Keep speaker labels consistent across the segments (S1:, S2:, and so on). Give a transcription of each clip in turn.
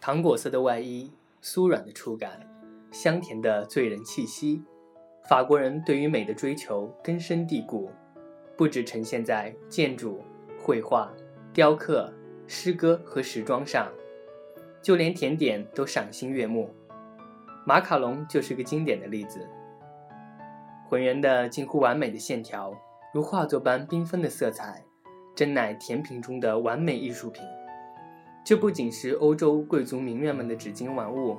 S1: 糖果色的外衣，酥软的触感，香甜的醉人气息。法国人对于美的追求根深蒂固，不只呈现在建筑、绘画、雕刻、诗歌和时装上，就连甜点都赏心悦目。马卡龙就是个经典的例子。浑圆的、近乎完美的线条，如画作般缤纷的色彩，真乃甜品中的完美艺术品。这不仅是欧洲贵族名媛们的纸巾玩物，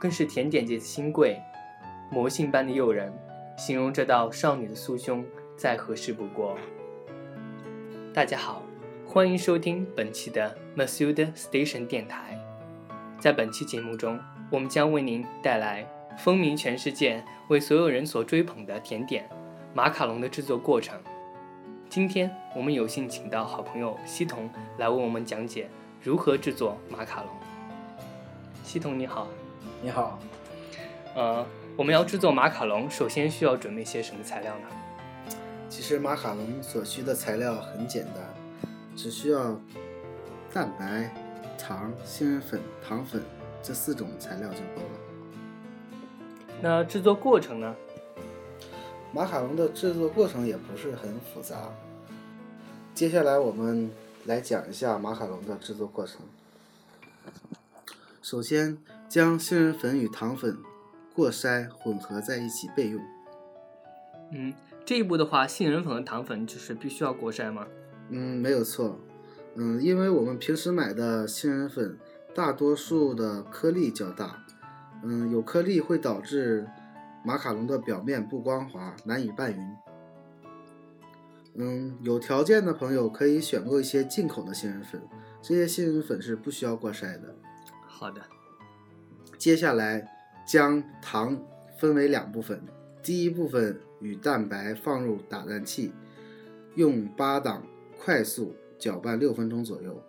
S1: 更是甜点界的新贵。魔性般的诱人，形容这道少女的酥胸再合适不过。大家好，欢迎收听本期的 m a s u d Station 电台。在本期节目中，我们将为您带来风靡全世界、为所有人所追捧的甜点——马卡龙的制作过程。今天我们有幸请到好朋友西彤来为我们讲解如何制作马卡龙。西彤你好，
S2: 你好，
S1: 呃，我们要制作马卡龙，首先需要准备些什么材料呢？
S2: 其实马卡龙所需的材料很简单，只需要蛋白、糖、杏仁粉、糖粉这四种材料就够了。
S1: 那制作过程呢？
S2: 马卡龙的制作过程也不是很复杂。接下来我们来讲一下马卡龙的制作过程。首先，将杏仁粉与糖粉过筛混合在一起备用。
S1: 嗯，这一步的话，杏仁粉和糖粉就是必须要过筛吗？
S2: 嗯，没有错。嗯，因为我们平时买的杏仁粉，大多数的颗粒较大，嗯，有颗粒会导致马卡龙的表面不光滑，难以拌匀。嗯，有条件的朋友可以选购一些进口的杏仁粉，这些杏仁粉是不需要过筛的。
S1: 好的，
S2: 接下来将糖分为两部分，第一部分与蛋白放入打蛋器，用八档快速搅拌六分钟左右。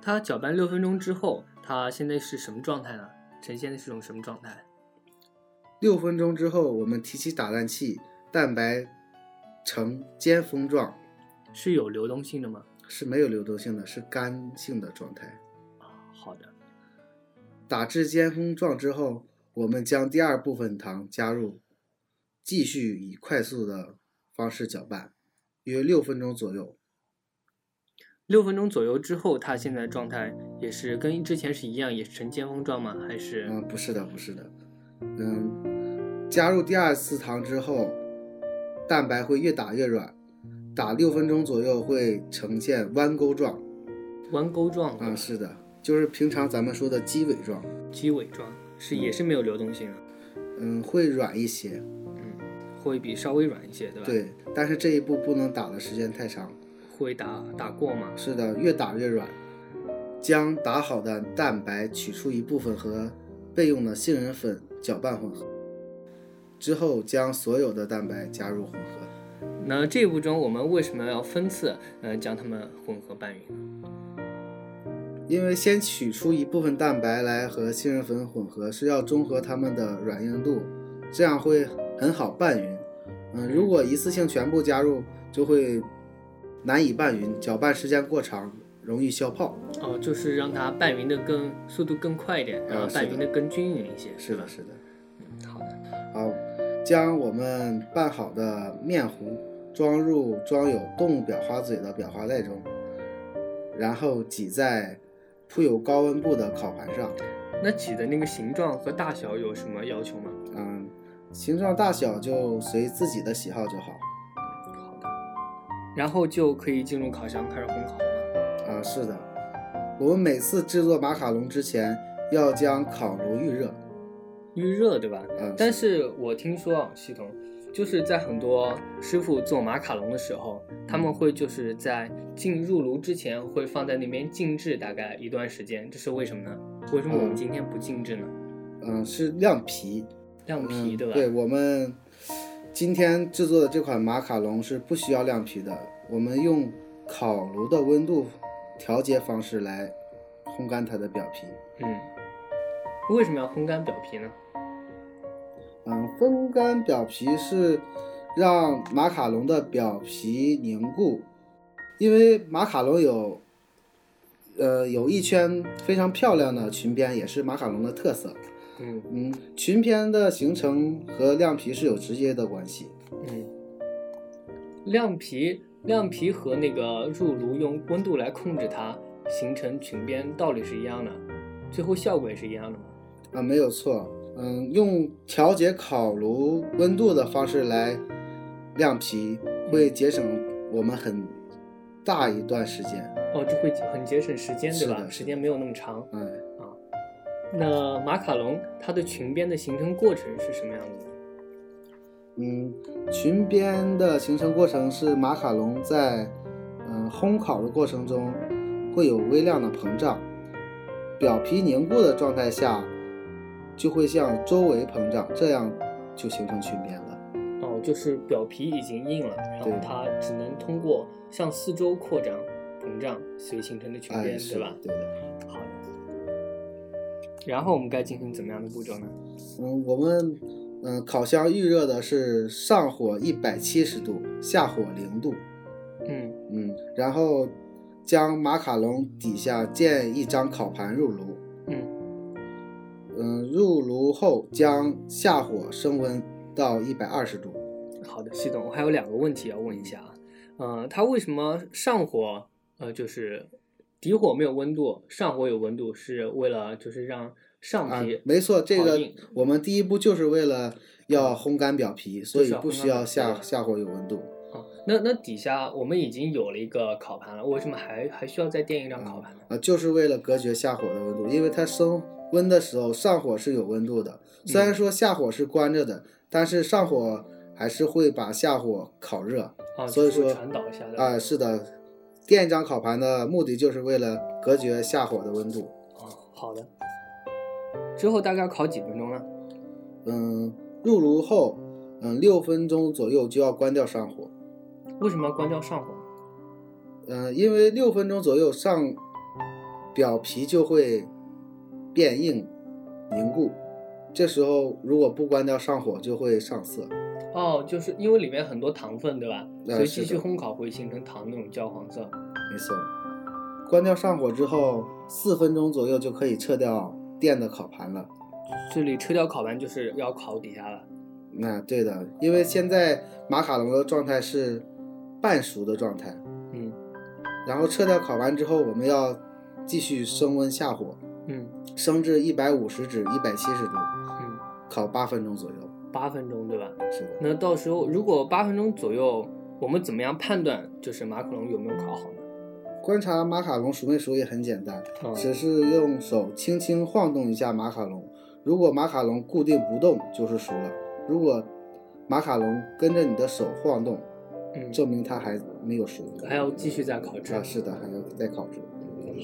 S1: 它搅拌六分钟之后，它现在是什么状态呢？呈现的是种什么状态？
S2: 六分钟之后，我们提起打蛋器，蛋白呈尖峰状，
S1: 是有流动性的吗？
S2: 是没有流动性的，是干性的状态。
S1: 好的，
S2: 打至尖峰状之后，我们将第二部分糖加入，继续以快速的方式搅拌，约六分钟左右。
S1: 六分钟左右之后，它现在的状态也是跟之前是一样，也是呈尖峰状吗？还是
S2: 嗯，不是的，不是的。嗯，加入第二次糖之后，蛋白会越打越软，打六分钟左右会呈现弯钩状。
S1: 弯钩状
S2: 啊、是的，就是平常咱们说的鸡尾状。
S1: 鸡尾状，是也是没有流动性的，
S2: 嗯，会软一些。
S1: 嗯，会比稍微软一些，对吧？，
S2: 对，但是这一步不能打的时间太长。
S1: 会打打过吗？
S2: 是的，越打越软。将打好的蛋白取出一部分和备用的杏仁粉搅拌混合，之后将所有的蛋白加入混合。
S1: 那这一步中，我们为什么要分次，呃，将它们混合拌匀呢？
S2: 因为先取出一部分蛋白来和杏仁粉混合，是要中和它们的软硬度，这样会很好拌匀。嗯，如果一次性全部加入，就会难以拌匀，搅拌时间过长，容易消泡。
S1: 哦，就是让它拌匀的更速度更快一点，然后
S2: 是
S1: 拌
S2: 的
S1: 啊匀的更均匀一些，
S2: 是
S1: 吧
S2: 的，？是的。
S1: 嗯，好的。
S2: 好，将我们拌好的面糊装入装有动物裱花嘴的裱花袋中，然后挤在铺有高温布的烤盘上。
S1: 那挤的那个形状和大小有什么要求吗？
S2: 嗯，形状大小就随自己的喜好就好。
S1: 好的。然后就可以进入烤箱开始烘烤了吗？
S2: 啊，是的，我们每次制作马卡龙之前要将烤炉预热。
S1: 预热对吧？
S2: 嗯，
S1: 但是我听说啊，系统就是在很多师傅做马卡龙的时候，他们会就是在进入炉之前会放在那边静置大概一段时间，这是为什么呢？为什么我们
S2: 嗯
S1: 今天不静置呢？
S2: 嗯是亮皮，
S1: 亮皮
S2: 嗯
S1: 对吧？
S2: 对我们今天制作的这款马卡龙是不需要亮皮的，我们用烤炉的温度调节方式来烘干它的表皮。
S1: 嗯，为什么要烘干表皮呢？
S2: 嗯，风干表皮是让马卡龙的表皮凝固，因为马卡龙有呃，有一圈非常漂亮的裙边，也是马卡龙的特色。
S1: 嗯
S2: 嗯，裙边的形成和亮皮是有直接的关系。
S1: 嗯，亮皮亮皮和那个入炉用温度来控制它形成裙边道理是一样的，最后效果也是一样的嘛。
S2: 啊，没有错。嗯，用调节烤炉温度的方式来晾皮，会节省我们很大一段时间。
S1: 哦，就会很节省时间，对
S2: 是的是
S1: 吧？
S2: 的
S1: 时间没有那么长。
S2: 哎，
S1: 那马卡龙它的裙边的形成过程是什么样子的？
S2: 嗯，裙边的形成过程是马卡龙在嗯烘烤的过程中会有微量的膨胀，表皮凝固的状态下就会向周围膨胀，这样就形成裙边了。
S1: 哦，就是表皮已经硬了，然后
S2: 对
S1: 它只能通过向四周扩张、膨胀，所以形成的裙边，
S2: 哎，是
S1: 对吧
S2: 的？对的。
S1: 好的。然后我们该进行怎么样的步骤呢？
S2: 嗯，我们嗯烤箱预热的是上火一百七十度，下火零度。
S1: 嗯，
S2: 嗯，然后将马卡龙底下建一张烤盘入炉。
S1: 嗯
S2: 嗯，入炉后将下火升温到一百二十度。
S1: 好的，系统，我还有两个问题要问一下啊。呃，它为什么上火？呃，就是底火没有温度，上火有温度，是为了就是让上
S2: 啊
S1: 皮、，
S2: 没错，这
S1: 烤
S2: 个
S1: 硬
S2: 我们第一步就是为了要烘干表皮，所
S1: 就
S2: 以
S1: 是要
S2: 不
S1: 烘
S2: 需
S1: 干表
S2: 要
S1: 皮
S2: 下
S1: 对
S2: 下火有温度。
S1: 啊，那那底下我们已经有了一个烤盘了，为什么还还需要再垫一张烤盘呢？
S2: 啊，就是为了隔绝下火的温度，因为它升温的时候上火是有温度的，
S1: 嗯
S2: 虽然说下火是关着的，但是上火还是会把下火烤热。
S1: 啊，
S2: 所以
S1: 就是
S2: 说
S1: 传导一下的
S2: 啊、是的，垫一张烤盘的目的就是为了隔绝下火的温度。
S1: 啊，好的。之后大概要烤几分钟呢？
S2: 嗯，入炉后，嗯，六分钟左右就要关掉上火。
S1: 为什么要关掉上火？
S2: 嗯，因为六分钟左右上表皮就会变硬凝固，这时候如果不关掉上火就会上色。
S1: 哦，就是因为里面很多糖分，对吧？
S2: 呃
S1: 所以
S2: 是
S1: 继续
S2: 的
S1: 烘烤会形成糖那种焦黄色。
S2: 没错，关掉上火之后，四分钟左右就可以撤掉电的烤盘了。
S1: 这里撤掉烤盘就是要烤底下了。
S2: 那对的，因为现在马卡龙的状态是半熟的状态，
S1: 嗯
S2: 然后撤掉烤盘之后，我们要继续升温下火，
S1: 嗯
S2: 升至一百五十至一百七十度，
S1: 嗯，
S2: 烤八分钟左右。
S1: 八分钟对吧？
S2: 是的，
S1: 那到时候如果八分钟左右，我们怎么样判断就是马卡龙有没有烤好呢？
S2: 观察马卡龙熟没熟也很简单，
S1: 嗯
S2: 只啊是用手轻轻晃动一下马卡龙。如果马卡龙固定不动，就是熟了；如果马卡龙跟着你的手晃动，
S1: 嗯，
S2: 证明它还没有熟。
S1: 还要继续再烤制
S2: 啊，是的，还要再烤制。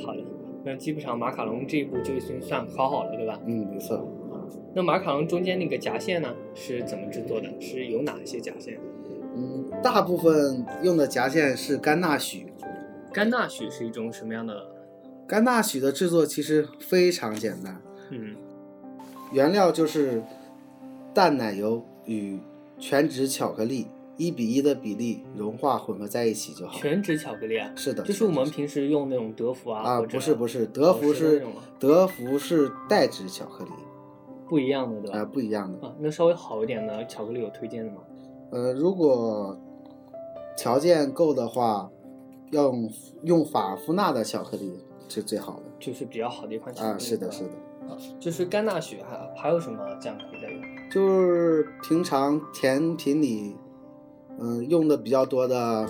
S1: 好的，那基本上马卡龙这一步就已经算烤好了，对吧？
S2: 嗯，没错。
S1: 那马卡龙中间那个夹馅呢，是怎么制作的？是有哪些夹馅？
S2: 嗯，大部分用的夹馅是甘纳许。
S1: 甘纳许是一种什么样的？
S2: 甘纳许的制作其实非常简单，
S1: 嗯
S2: 原料就是淡奶油与全脂巧克力一比一的比例融化混合在一起就好。
S1: 全脂巧克力啊，
S2: 是的，
S1: 就是我们平时用那种德芙啊，
S2: 啊，
S1: 或者
S2: 不是不是，德芙
S1: 好吃的那
S2: 是
S1: 种吗
S2: 德芙是代脂巧克力
S1: 不一样的，对吧？
S2: 啊，不一样的。
S1: 啊，那稍微好一点的巧克力有推荐的吗？
S2: 呃，如果条件够的话，要用用法芙娜的巧克力是最好的
S1: 就是比较好的一款巧克力。
S2: 啊，是的，
S1: 对
S2: 是
S1: 吧
S2: 的。
S1: 啊，就是甘纳许还还有什么酱可以再用？
S2: 就是平常甜品里，嗯、用的比较多的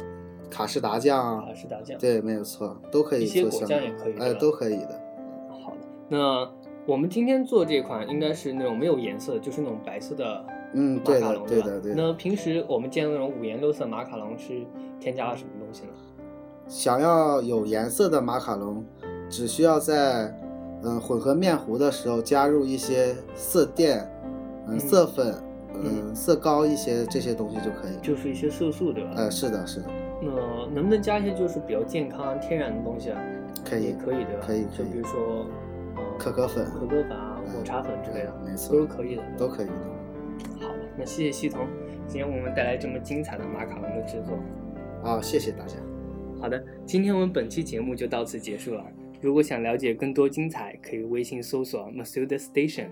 S2: 卡士达酱
S1: 啊还，是达酱？
S2: 啊对，没有错，都可以
S1: 一些
S2: 做
S1: 果
S2: 香
S1: 酱
S2: 料
S1: 也可以
S2: 哎、
S1: 是吧
S2: 都可以的。
S1: 好的，那我们今天做这款应该是那种没有颜色的，就是那种白色的
S2: 嗯，
S1: 马
S2: 对
S1: 卡
S2: 的
S1: 龙，，
S2: 对
S1: 吧
S2: 的，对的。
S1: 那平时我们见那种五颜六色马卡龙是添加了什么东西呢？
S2: 想要有颜色的马卡龙，只需要在嗯、混合面糊的时候加入一些色淀、嗯、
S1: 嗯
S2: 色粉、嗯、
S1: 嗯
S2: 色膏一些这些东西就可以。
S1: 就是一些色素，对吧？
S2: 呃，是的，是的，
S1: 那能不能加一些就是比较健康、天然的东西啊？
S2: 可以
S1: 也，可以，对吧？
S2: 可以
S1: 就
S2: 可以
S1: 比如说，呃，
S2: 可可粉
S1: 可可粉啊、
S2: 嗯
S1: 抹茶粉之类的，
S2: 没错
S1: 都是可以的，对吧
S2: 都可以的。
S1: 好的，那谢谢系统，今天我们带来这么精彩的马卡龙的制作。
S2: 啊，谢谢大家。
S1: 好的，今天我们本期节目就到此结束了。如果想了解更多精彩，可以微信搜索 Masuda Station